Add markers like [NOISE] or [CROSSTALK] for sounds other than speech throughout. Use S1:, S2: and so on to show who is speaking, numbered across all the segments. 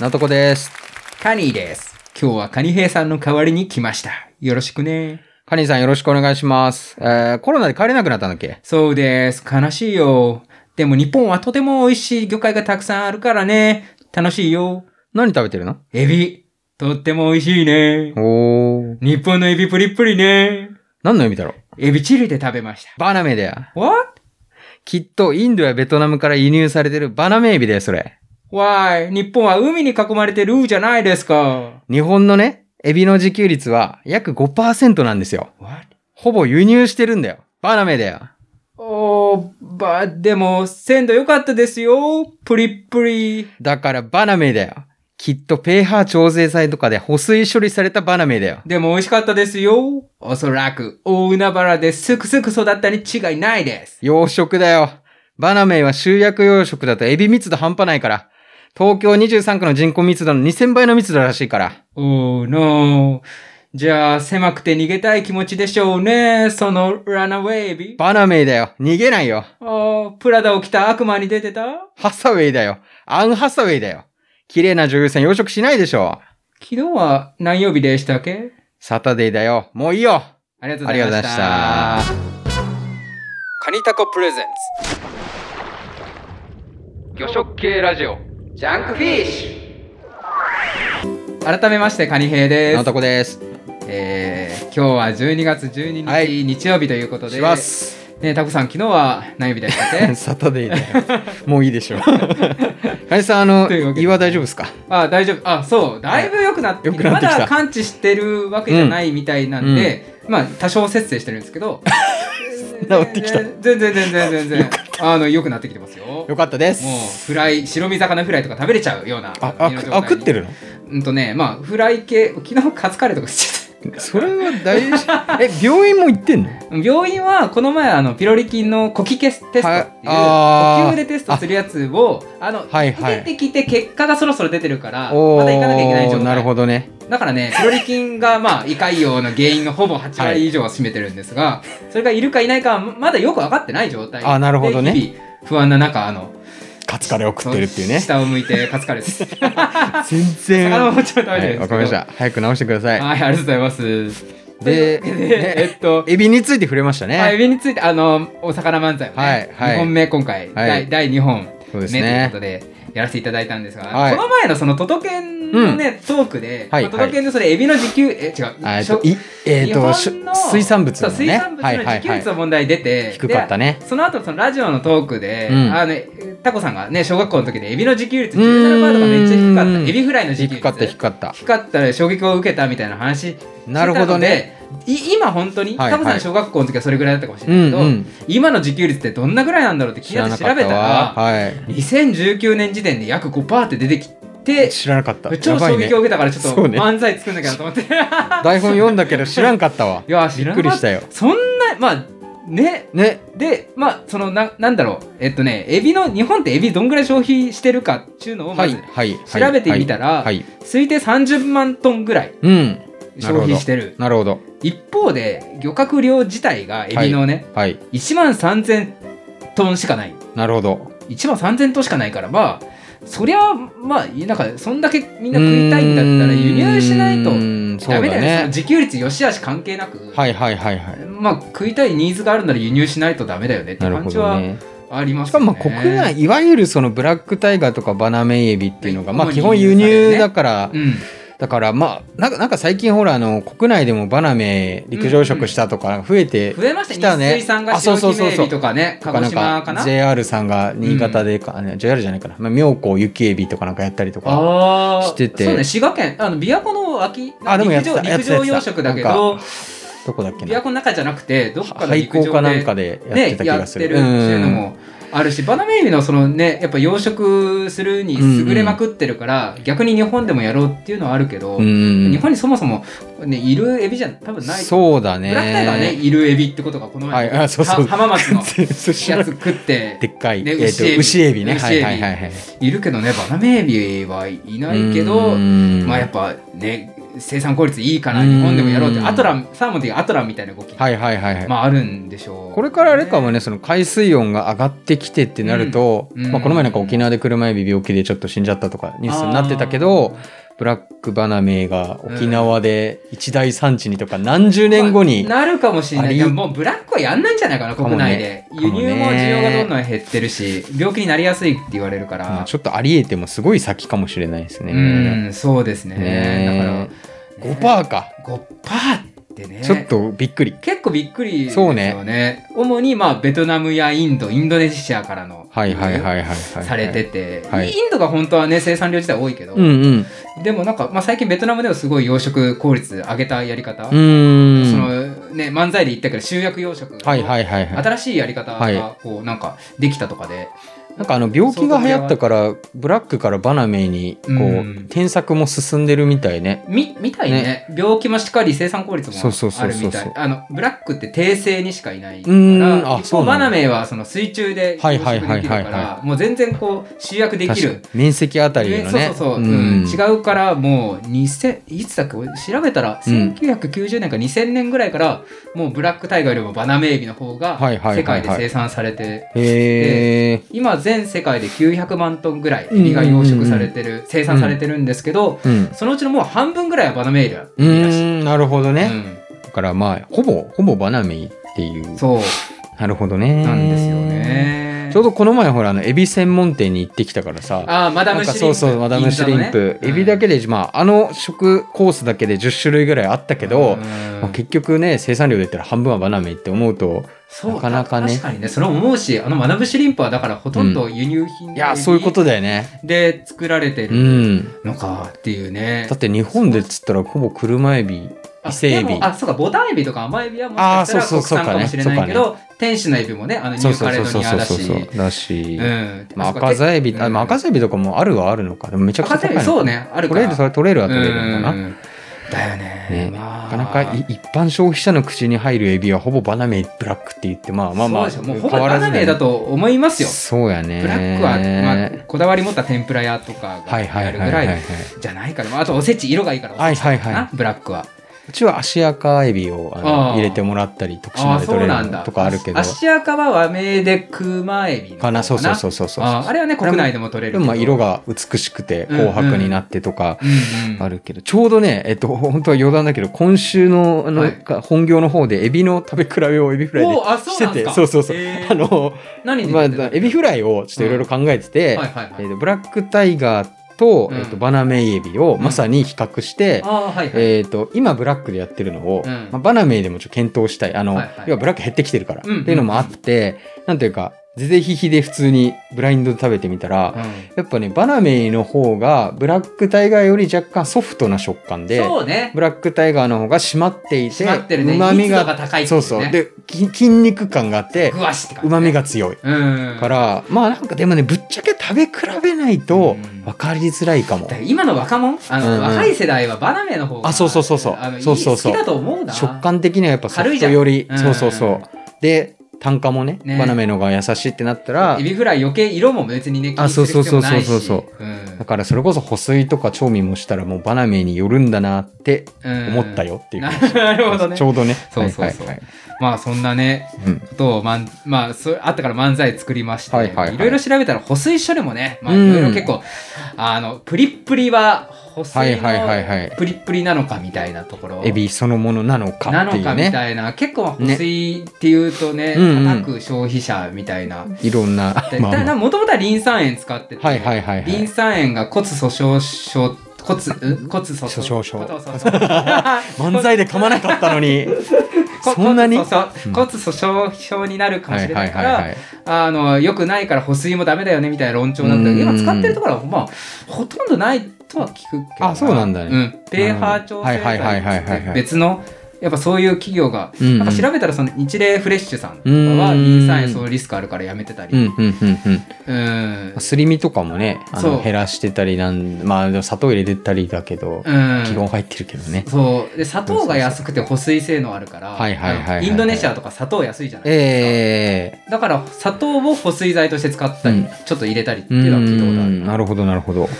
S1: なとこです。
S2: カニーです。
S1: 今日はカニヘイさんの代わりに来ました。よろしくね。カニさんよろしくお願いします。えー、コロナで帰れなくなったんだっけ
S2: そうです。悲しいよ。でも日本はとても美味しい魚介がたくさんあるからね。楽しいよ。
S1: 何食べてるの
S2: エビ、とっても美味しいね。
S1: おー。
S2: 日本のエビプリップリね。
S1: 何の意味だろう
S2: エビチリで食べました。
S1: バナメだよ。
S2: What?
S1: きっとインドやベトナムから輸入されてるバナメエビだよ、それ。
S2: Why? 日本は海に囲まれてるじゃないですか。
S1: 日本のね、エビの自給率は約5%なんですよ。
S2: What?
S1: ほぼ輸入してるんだよ。バナメだよ。
S2: おー、ば、でも、鮮度良かったですよ。プリップリ。
S1: だからバナメだよ。きっと pH 調整剤とかで保水処理されたバナメだよ。
S2: でも美味しかったですよ。おそらく、大海原ですくすく育ったに違いないです。
S1: 養殖だよ。バナメイは集約養殖だとエビ密度半端ないから。東京23区の人口密度の2000倍の密度らしいから。
S2: おー、no. じゃあ、狭くて逃げたい気持ちでしょうね。その、ランアウェイビー。
S1: バナメイだよ。逃げないよ。
S2: あー、プラダを着た悪魔に出てた
S1: ハサウェイだよ。アンハサウェイだよ。綺麗な女優さん養殖しないでしょ。
S2: 昨日は何曜日でしたっけ
S1: サタデーだよ。もういいよ。
S2: ありがと
S1: あ
S2: うござ
S1: り
S2: い
S1: が
S2: ま
S1: とう
S2: し
S1: ございました
S2: た。。カニタコプレゼン
S1: 魚食系ラジオ。
S2: ツジャンクフィッシュ改めましてカニ兵で
S1: な
S2: す
S1: と、こです。
S2: えー、今日は12月12日、
S1: はい
S2: 日曜日ということで
S1: します。
S2: ねタコさん昨日は何曜日でしたっ
S1: [LAUGHS]
S2: け
S1: サタデーだよ。もういいで
S2: [LAUGHS]
S1: しょう。林さん、あの、
S2: というわけで
S1: 胃は大丈夫ですか
S2: あ大丈夫あそうだいぶ良くなって,、
S1: 良くなってきた
S2: まだ完治してるわけじゃないみたいなんで、まあ多少節制してるんですけど
S1: [LAUGHS] 治ってきた
S2: 全然全然全然全然あの良くなってきてますよ
S1: よかったです。
S2: もうフライ白身魚フライとか食べれちゃうような
S1: あ、あ、
S2: 身の状
S1: く
S2: 態
S1: あ
S2: に
S1: 食ってるの
S2: うんとねまあフライ系昨日カツカレーとかして
S1: それは大事え病院も行ってんの
S2: た病院はこの前あのピロリ菌の呼気テストっていう呼
S1: はいあー
S2: 吸でテストするやつをあの
S1: はいはい
S2: 出てきて結果がそろそろ出てるから
S1: お
S2: ま
S1: ー
S2: た行かなきゃいけない状態
S1: なるほどね
S2: だからねピロリ菌がまあ胃潰瘍の原因のほぼ8割以上は占めてるんです
S1: [LAUGHS]
S2: が、それがいるかいないかはまだよく分かってない状態で
S1: あなるほどね
S2: 日々不安な中あの
S1: カツカレーを食ってるっていうね
S2: 下を向いてカツカレーです
S1: 全然
S2: 魚も
S1: は
S2: もちろん食べてる
S1: い
S2: んですけど
S1: わかりました早く直してください、
S2: はい、ありがとうございます。
S1: で
S2: というわけで
S1: ね
S2: えっと、
S1: エビ [LAUGHS] について触れましたね、
S2: はい、上について、あの、お魚漫才をね、
S1: はいはい
S2: 2本目、今回、
S1: はい
S2: 第第2本
S1: そう
S2: 目
S1: です
S2: というこ
S1: ね
S2: とで、やらせていただいたんですが、
S1: はい
S2: この前のその、トトケンのね、トークで、
S1: はい
S2: まあトトケンのそれ、エビの時給、え、違う、
S1: あえっ
S2: しょ
S1: といえっ
S2: 日
S1: と
S2: 本
S1: し
S2: の
S1: 水産物の
S2: そう水
S1: ね
S2: 産物の自給率の問題出て、
S1: 低かった
S2: ね。
S1: ね
S2: その後そのラジオのトークで、
S1: うん
S2: あのタコさんがね小学校の時でエビの自給率17%とかめっちゃ低かっ
S1: う
S2: た
S1: ーん
S2: エビフライの自給率
S1: 低かった低かった
S2: 低かったら衝撃を受けたみたいな話
S1: なるほどね
S2: してたのでい今本当に、
S1: はい
S2: タコさ
S1: はい
S2: ん小学校の時はそれぐらいだったかもし
S1: う
S2: れないけ
S1: ん
S2: ど、
S1: うん
S2: 今の自給率ってどんなぐらいなんだろうって気
S1: 知
S2: に
S1: ら
S2: なっ
S1: な
S2: て
S1: か
S2: 調
S1: った
S2: べた
S1: わ
S2: ら、
S1: は
S2: 2019年時点で約5%って出てき
S1: い
S2: て
S1: 知らなかったや
S2: 超
S1: ば
S2: 衝
S1: いね
S2: 撃を受けたからちょっと
S1: そうね
S2: 漫才作んなきゃなと思って、
S1: 台本読んだけど知らんかったわ
S2: [LAUGHS] いや知
S1: び
S2: ら
S1: っ
S2: な
S1: く
S2: か
S1: り
S2: っ
S1: したよ
S2: そんなまあね
S1: ね
S2: でまあそのななんだろうえっとねエビの日本ってエビどんぐらい消費してるかっていうのを
S1: は
S2: ま
S1: い
S2: ず
S1: はいはい
S2: 調べてみたら、
S1: はいはい
S2: 推定30万トンぐらい
S1: うん
S2: 消費してる
S1: なるほど
S2: 一方で漁獲量自体がエビのね、
S1: はい
S2: 1万3000トンしかない
S1: なるほど
S2: 1万3000トンしかないからまあそりゃまあなんかそんだけみんな食いたいんだったら輸入しないうと
S1: ーん
S2: ダメだ
S1: そうだ
S2: よねその
S1: ね
S2: 自給率よし悪し関係なく、
S1: はいはいはいはい
S2: まあ食いたいニーズがあるなら輸入しないとダメだよねって
S1: なる
S2: 感
S1: ほ
S2: じ
S1: ど
S2: は
S1: ね。
S2: ありま
S1: し
S2: す
S1: か
S2: よね
S1: もまあ国内いわゆるそのブラックタイガーとかバナメイエビっていうのがまあ
S2: はい
S1: 基本輸入だから、
S2: うん
S1: だからまあなんかなんか最近ほらあの国内でもバナメイ陸上食したとか増えて、
S2: 増えました
S1: 来たね
S2: ね日水産が
S1: あそう
S2: 白
S1: そうそ
S2: 姫
S1: うそう
S2: エビとかね鹿児島かな
S1: JR さんが新潟でか、あの JR じゃないかな、まあ、妙高雪エビとかなんかやったりとか
S2: ああ
S1: してて
S2: そうね滋賀県あの琵琶湖の秋
S1: あでもやってたやっ
S2: 陸
S1: てた
S2: 上
S1: や
S2: 養
S1: ってた
S2: 殖だけ
S1: な
S2: ど
S1: どこだっけ
S2: 琵琶
S1: な
S2: 湖の中じゃなくてどっかの
S1: 廃
S2: 陸
S1: 校
S2: 上
S1: かなん
S2: で
S1: かでやって
S2: ね
S1: た気
S2: や
S1: が
S2: っ
S1: す
S2: て
S1: る。
S2: るっていうの
S1: ん
S2: もあるしバナメイビのそのねやっぱ養殖するに優れまくってるから逆に日本でもやろうっていうのはあるけど
S1: うんうん
S2: 日本にそもそもねいるエビじゃ多分ない
S1: そうだね。
S2: ブラックタイガーねいるエビってことがこの前
S1: はいあそうそう
S2: は浜松
S1: [LAUGHS]
S2: の
S1: 全然知ら
S2: や
S1: な
S2: つ
S1: く
S2: 食って
S1: てでっかい、
S2: ね
S1: えーと
S2: 牛エ
S1: 牛エビ
S2: ビ
S1: ね。
S2: 牛
S1: は
S2: エ
S1: い
S2: ビ
S1: はいはいはい。
S2: いるけどねバナメイビはいないけど
S1: うーん
S2: まあやっぱね生産効率いいから
S1: うん
S2: 日本でもやろうってアトランサーモンっていうアトランみたいな動き、
S1: はいはいはいはい。
S2: まああるんでしょう、
S1: これからあれかもね、その海水温が上がってきてってなると、
S2: うんうん
S1: まあ、この前なんか沖縄で車エビ病気でちょっと死んじゃったとかニュースになってたけど、ブラックバナメイが沖縄で一大産地にとか何十年後に、
S2: まあなるかもしれ
S1: あ
S2: な
S1: り
S2: いいやもうブラックはやんないんじゃないかな
S1: かも
S2: 国
S1: ね
S2: 内で、
S1: か
S2: 輸
S1: もね
S2: 入も需要がどんどん減ってるし病気になりやすいって言われるから、
S1: まあちょっとありえてもすごい先かもしれないですね。
S2: うんそうですね
S1: ね
S2: だから
S1: 5%か、
S2: だから5%ってね
S1: ちょっとびっくり。
S2: 結構びっくりです
S1: そう
S2: よ
S1: ね
S2: ね主にまあベトナムやインドインドネシアからの
S1: はいはいはいはいはい、はい。
S2: されてて、
S1: はい
S2: インドが本当はね生産量自体多いけど、
S1: うんうん。
S2: でもなんか、まあ、最近ベトナムではすごい養殖効率上げたやり方、
S1: うーん。
S2: そのね漫才で言ったけど集約養殖の
S1: はいはいはいはい。
S2: 新しいやり方
S1: は
S2: がこうなんかできたとかで、
S1: なんかあの病気が流行ったからブラックからバナメイにこう、
S2: うん
S1: 転作も進んでるみたいね。
S2: みみたいね病気もしっかり生産効率も
S1: そうそう
S2: あ
S1: そう
S2: る
S1: そう
S2: みたいあのブラックって低生にしかいないか
S1: うーん
S2: ら
S1: あ
S2: 一
S1: そう
S2: 方
S1: なんだ
S2: バナメイはその水中で養
S1: はいはい
S2: 殖
S1: は
S2: で
S1: い
S2: きる
S1: は
S2: か
S1: い
S2: らもう全然こう集約できる
S1: 確かに面積あたりのね。
S2: そうそうそう、うん
S1: ん
S2: 違うからもう2000いつだっけ俺調べたら
S1: うん
S2: 1990年か2000年ぐらいからもうブラックタイガーよりもバナメイビの方が
S1: はいはいはいはい
S2: 世界で生産されて
S1: へえ。
S2: 今全世界で900万トンぐらいエビが養殖されてる生産されてるんですけど
S1: うん。
S2: そのうちのもう半分ぐらいはバナメイビだ
S1: うーんなるほどね、
S2: ね、
S1: だからまあほぼほぼバナメイっていう
S2: うんそう
S1: なるほどね
S2: なんですよね
S1: ちょうどこの前ほらあのエビ専門店に行ってきたからさ
S2: ああマダ
S1: なん
S2: ムシ
S1: か
S2: リンプ
S1: そうそうマダムシリンプ、エビだけでまああの食コースだけで10種類ぐらいあったけど、まあ、結局ね生産量で言ったら半分はバナメイって思うと
S2: そう
S1: なかなかね
S2: 確かにねそれも思うしあのマダムシリンプはだからほとんど輸入品
S1: いやそういうことだよね
S2: で作られて
S1: う
S2: る
S1: ん
S2: のかっていうね
S1: だって日本でっつったらほぼ車エビ
S2: あ
S1: 伊勢エビ
S2: でもあそうかボタンエビとか甘エビはもしかした
S1: あー
S2: ら
S1: そう
S2: 国
S1: そうそう
S2: 産かもしれないけど、天使のエビもねあのニ
S1: そ
S2: ュ
S1: う
S2: ー
S1: そ
S2: カ
S1: う
S2: レ
S1: そうそう
S2: ドニアだ
S1: そう
S2: し
S1: そうだし、
S2: うん
S1: まあ、赤ザエビ、あまあ、赤
S2: ザ
S1: ザエビとかもあるはあるのかでもめちゃくちゃ高いの
S2: エビそうねある
S1: 取
S2: から
S1: れるそれ取れるは取れるのかな、
S2: うんだよね
S1: ね
S2: ま
S1: な
S2: あ
S1: かなかい一般消費者の口に入るエビはほぼバナメイブラックって言ってまあまあまあ
S2: そうでしょもうほぼバナメだ
S1: 思
S2: と思いますよ
S1: そうやね
S2: ブラックは、まあ、こだわり持った天ぷら屋とかが
S1: はいはいは
S2: や
S1: い
S2: る
S1: は
S2: ぐ
S1: いはい、
S2: らいじゃないかな、まあ、あとおせち色がいいからおせちか
S1: は
S2: な、
S1: いはいは
S2: ブラックは
S1: うちは足赤エビをあの
S2: あー
S1: 入れてもらったり徳
S2: あ
S1: 島
S2: あ
S1: で
S2: そ
S1: 取
S2: う
S1: れる
S2: なん
S1: の
S2: だ
S1: とかあるけど
S2: あ足赤は和名で熊エビの方
S1: かなそうそうそうそうそう
S2: あーあれはね国内でも取れる
S1: でもまあ色が美しくて
S2: うん
S1: 紅白になってとかあ
S2: る
S1: るけど、ちょうどねえっと本当は余談だけど今週のあの、
S2: はい
S1: か本業の方でエビの食べ比べをエビフライで
S2: おーあそう
S1: して
S2: なんで
S1: て
S2: すか
S1: そうそうそう、
S2: へー
S1: あの
S2: 何で
S1: まあ、
S2: 出てる
S1: エビフライをちょっといろいろ考えてて、
S2: はいはいは
S1: え
S2: い
S1: ーとブラックタイガーと,、
S2: うん
S1: えーとバナメイエビをまさに比較して、
S2: あーはいはい
S1: えー、と今ブラックでやってるのを、
S2: うん
S1: まあ、バナメイでもちょっと検討したいあの、
S2: はいはい
S1: 要はブラック減ってきてるから、
S2: うん
S1: っていうのもあってなんていうかぜぜひひで普通にブラインドで食べてみたら、
S2: うん
S1: やっぱねバナメイの方がブラックタイガーより若干ソフトな食感で。
S2: そうね
S1: ブラックタイガーの方が締まっていて、
S2: 締まってるね
S1: 旨味
S2: 密度が高いってい
S1: そうう
S2: ね
S1: そう。で、き筋肉感があって
S2: グ、ワシって感じ
S1: 旨味が強い。
S2: うん
S1: から、まあなんかでもねぶっちゃけ食べ比べないと
S2: うん
S1: 分かりづらいかも
S2: だ、から今の若者あの、
S1: うんうん
S2: 若い世代はバナメの方が
S1: あそうそうそうそう
S2: あのいい
S1: そうそうそう
S2: 好きだと思うな
S1: 食感的にはやっぱソ
S2: 軽
S1: フ
S2: いじ
S1: ト
S2: ゃん
S1: より、
S2: うん
S1: そうそうそうで単価もね
S2: ね
S1: バナメのが優しいってなったら
S2: エビフライ余計色も別にね気
S1: あ
S2: にする必要ないし
S1: そうそうそう
S2: う
S1: だからそれこそ保水とか調味もしたらもうバナメによるんだなって
S2: んうん
S1: 思ったよっていう
S2: な
S1: 感じ、
S2: [LAUGHS] なるほどね
S1: ちょうどね
S2: そうそうそう
S1: はいはい
S2: まあそんなね
S1: はいうん
S2: ことをまんまあそうあったから漫才作りまして、
S1: はいいはいはい
S2: ろいろ調べたら保水処理もね、まあ、
S1: う
S2: い
S1: ん
S2: ろいろ結構、あのプリップリは保水の
S1: はいはいはいはい
S2: プリップリなのかみたいなところ、
S1: エビそのものなのか
S2: な
S1: って
S2: の
S1: い
S2: か
S1: う
S2: み
S1: ね
S2: たいな結構保水っていうとね
S1: ねうんうん
S2: 叩く消費者みたいな。
S1: いろんな
S2: で
S1: まあまあ
S2: ただもともとはリン酸塩使ってて、
S1: はいはいはいはい
S2: リン酸塩が骨粗鬆症骨ん骨粗鬆
S1: 粗鬆症
S2: 骨粗鬆
S1: [LAUGHS]
S2: 骨
S1: 漫才で噛まなかったの
S2: [LAUGHS]
S1: にそんなに
S2: 骨粗
S1: うん
S2: 鬆骨粗鬆症になるかも
S1: は
S2: し
S1: い
S2: れ
S1: は
S2: ないいか
S1: はい
S2: ら
S1: はい
S2: あの、良くないから保水もダメだよねみたいな論調だったけど、
S1: うん
S2: 今使ってるところは、まあ、ほとんどないとは聞くけど。
S1: あそうなんだね
S2: うん。ペーハー調整剤
S1: はいはいはいはいはいはい
S2: 別の、やっぱそういう企業が、
S1: うんうん
S2: なんか調べたらその日霊フレッシュさんとかは、
S1: うん
S2: リン酸塩そのリスクあるからやめてた
S1: う
S2: り。
S1: んうんうんうん
S2: うん。
S1: すり身とかもねあ
S2: そ
S1: の
S2: う
S1: 減らしてたりなんまあでも砂糖入れてたりだけど、
S2: うん
S1: 基本入ってるけどね
S2: そうで砂糖が安くて保水性能あるから
S1: はいはいはいはいはい
S2: インドネシアとか砂糖安いじゃないで
S1: え
S2: すかだから砂糖を保水剤として使ったり、
S1: うん
S2: ちょっと入れたりって
S1: え
S2: いうのは聞いたことある
S1: なるほどなるほど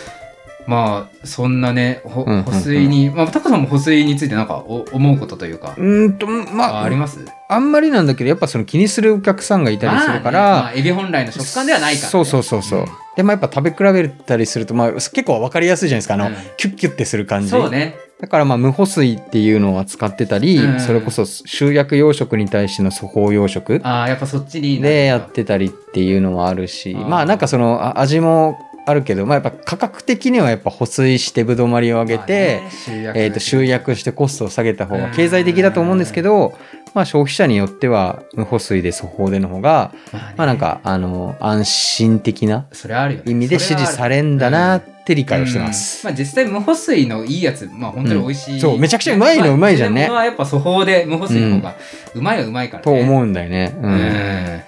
S2: まあそんなね
S1: う
S2: ほ
S1: んうんうん
S2: 保水に、まあタカさんも保水についてなんかお思うことというか、
S1: うーんとま
S2: あ、
S1: あ
S2: あり
S1: あ
S2: ます
S1: んまりなんだけどやっぱその気にするお客さんがいたりするから、
S2: まあねまあエビ本来の食感ではないから、ね、
S1: そうそうそうそう、
S2: ん
S1: でまあやっぱ食べ比べたりすると、まあ、結構分かりやすいじゃないですかあの、
S2: うん
S1: キュッキュッてする感じ
S2: そうね
S1: だからまあ無保水っていうのを扱ってたり、
S2: うん
S1: それこそ集約養殖に対しての素法養殖
S2: ああやっぱそっちに
S1: でやってたりっていうのはあるし
S2: あー
S1: まあなんかそのあ味もあるけど、まあ、やっぱ価格的にはやっぱ保水してぶどまりを上げて、えー、と集約してコストを下げた方が経済的だと思うんですけど、まあ、消費者によっては無保水で素法での方が
S2: まあね
S1: まあなんかあの安心的な
S2: それはあるよね
S1: 意味で支持されんだなって理解をしてます。
S2: うんまあ、実際無保水のいいやつ、まあ、本当に美味しい、
S1: うんそうめちゃくちゃうまいの
S2: まあ
S1: うまいじゃんね
S2: でもまあやっぱ粗法で無保水の方がうまいはうまいから、ね
S1: と思うんだよね。う
S2: うんん、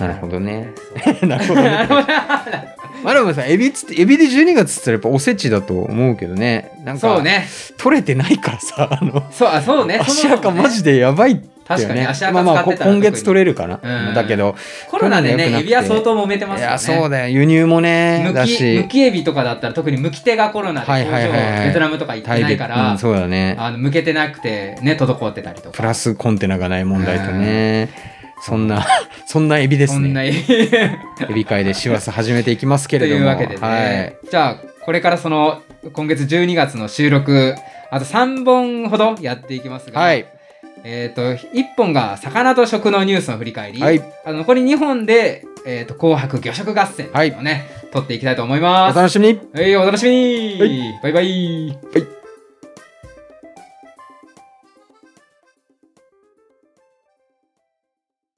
S1: なるほどね。 [LAUGHS] なるほどね。
S2: [LAUGHS]
S1: まあでもさ、エビつって、エビで12月っつったらやっぱおせちだと思うけどね。なん
S2: そう
S1: か、
S2: ね
S1: 取れてないからさ、あの、
S2: そうあそうね
S1: 足
S2: そもそ
S1: 垢
S2: もね
S1: マジでやばいってよね。
S2: 確かに足垢
S1: まあまあ、
S2: 使
S1: こ
S2: ってたら
S1: 今月取れるかな。
S2: うん
S1: だけど、
S2: コロナで
S1: 去年
S2: ね
S1: は良くなく
S2: エ
S1: て
S2: ビは相当揉めてま
S1: い
S2: すよね
S1: や、そうだよ。輸入もね、だ
S2: むきむ
S1: し、
S2: きエビとかだったら特にむき手がコロナで工
S1: はいはいはいは
S2: 場
S1: い
S2: ベトナムとか行って
S1: 台
S2: な
S1: 北
S2: いから、
S1: うんそうだね。
S2: あの向けてなくてね滞ってたりと
S1: プ
S2: か
S1: ラスコンテナがない問題とね。そんな、 [LAUGHS] そんなエビです
S2: そんな
S1: ね。
S2: エビ
S1: エビ界で師走始めていきますけ
S2: [LAUGHS] と
S1: れども。
S2: いうわけでね、
S1: はい。
S2: じゃあこれからその今月12月の収録あと3本ほどやっていきますが、
S1: はい。
S2: えー、と1本が魚と食のニュースの振り返り、
S1: はい
S2: あの残り2本で、えーと「紅白魚食合戦」をね、
S1: はい
S2: 取っていきたいと思い
S1: お
S2: ます。
S1: 楽しみに
S2: はい、お楽しみに、
S1: は
S2: バイバイ
S1: はい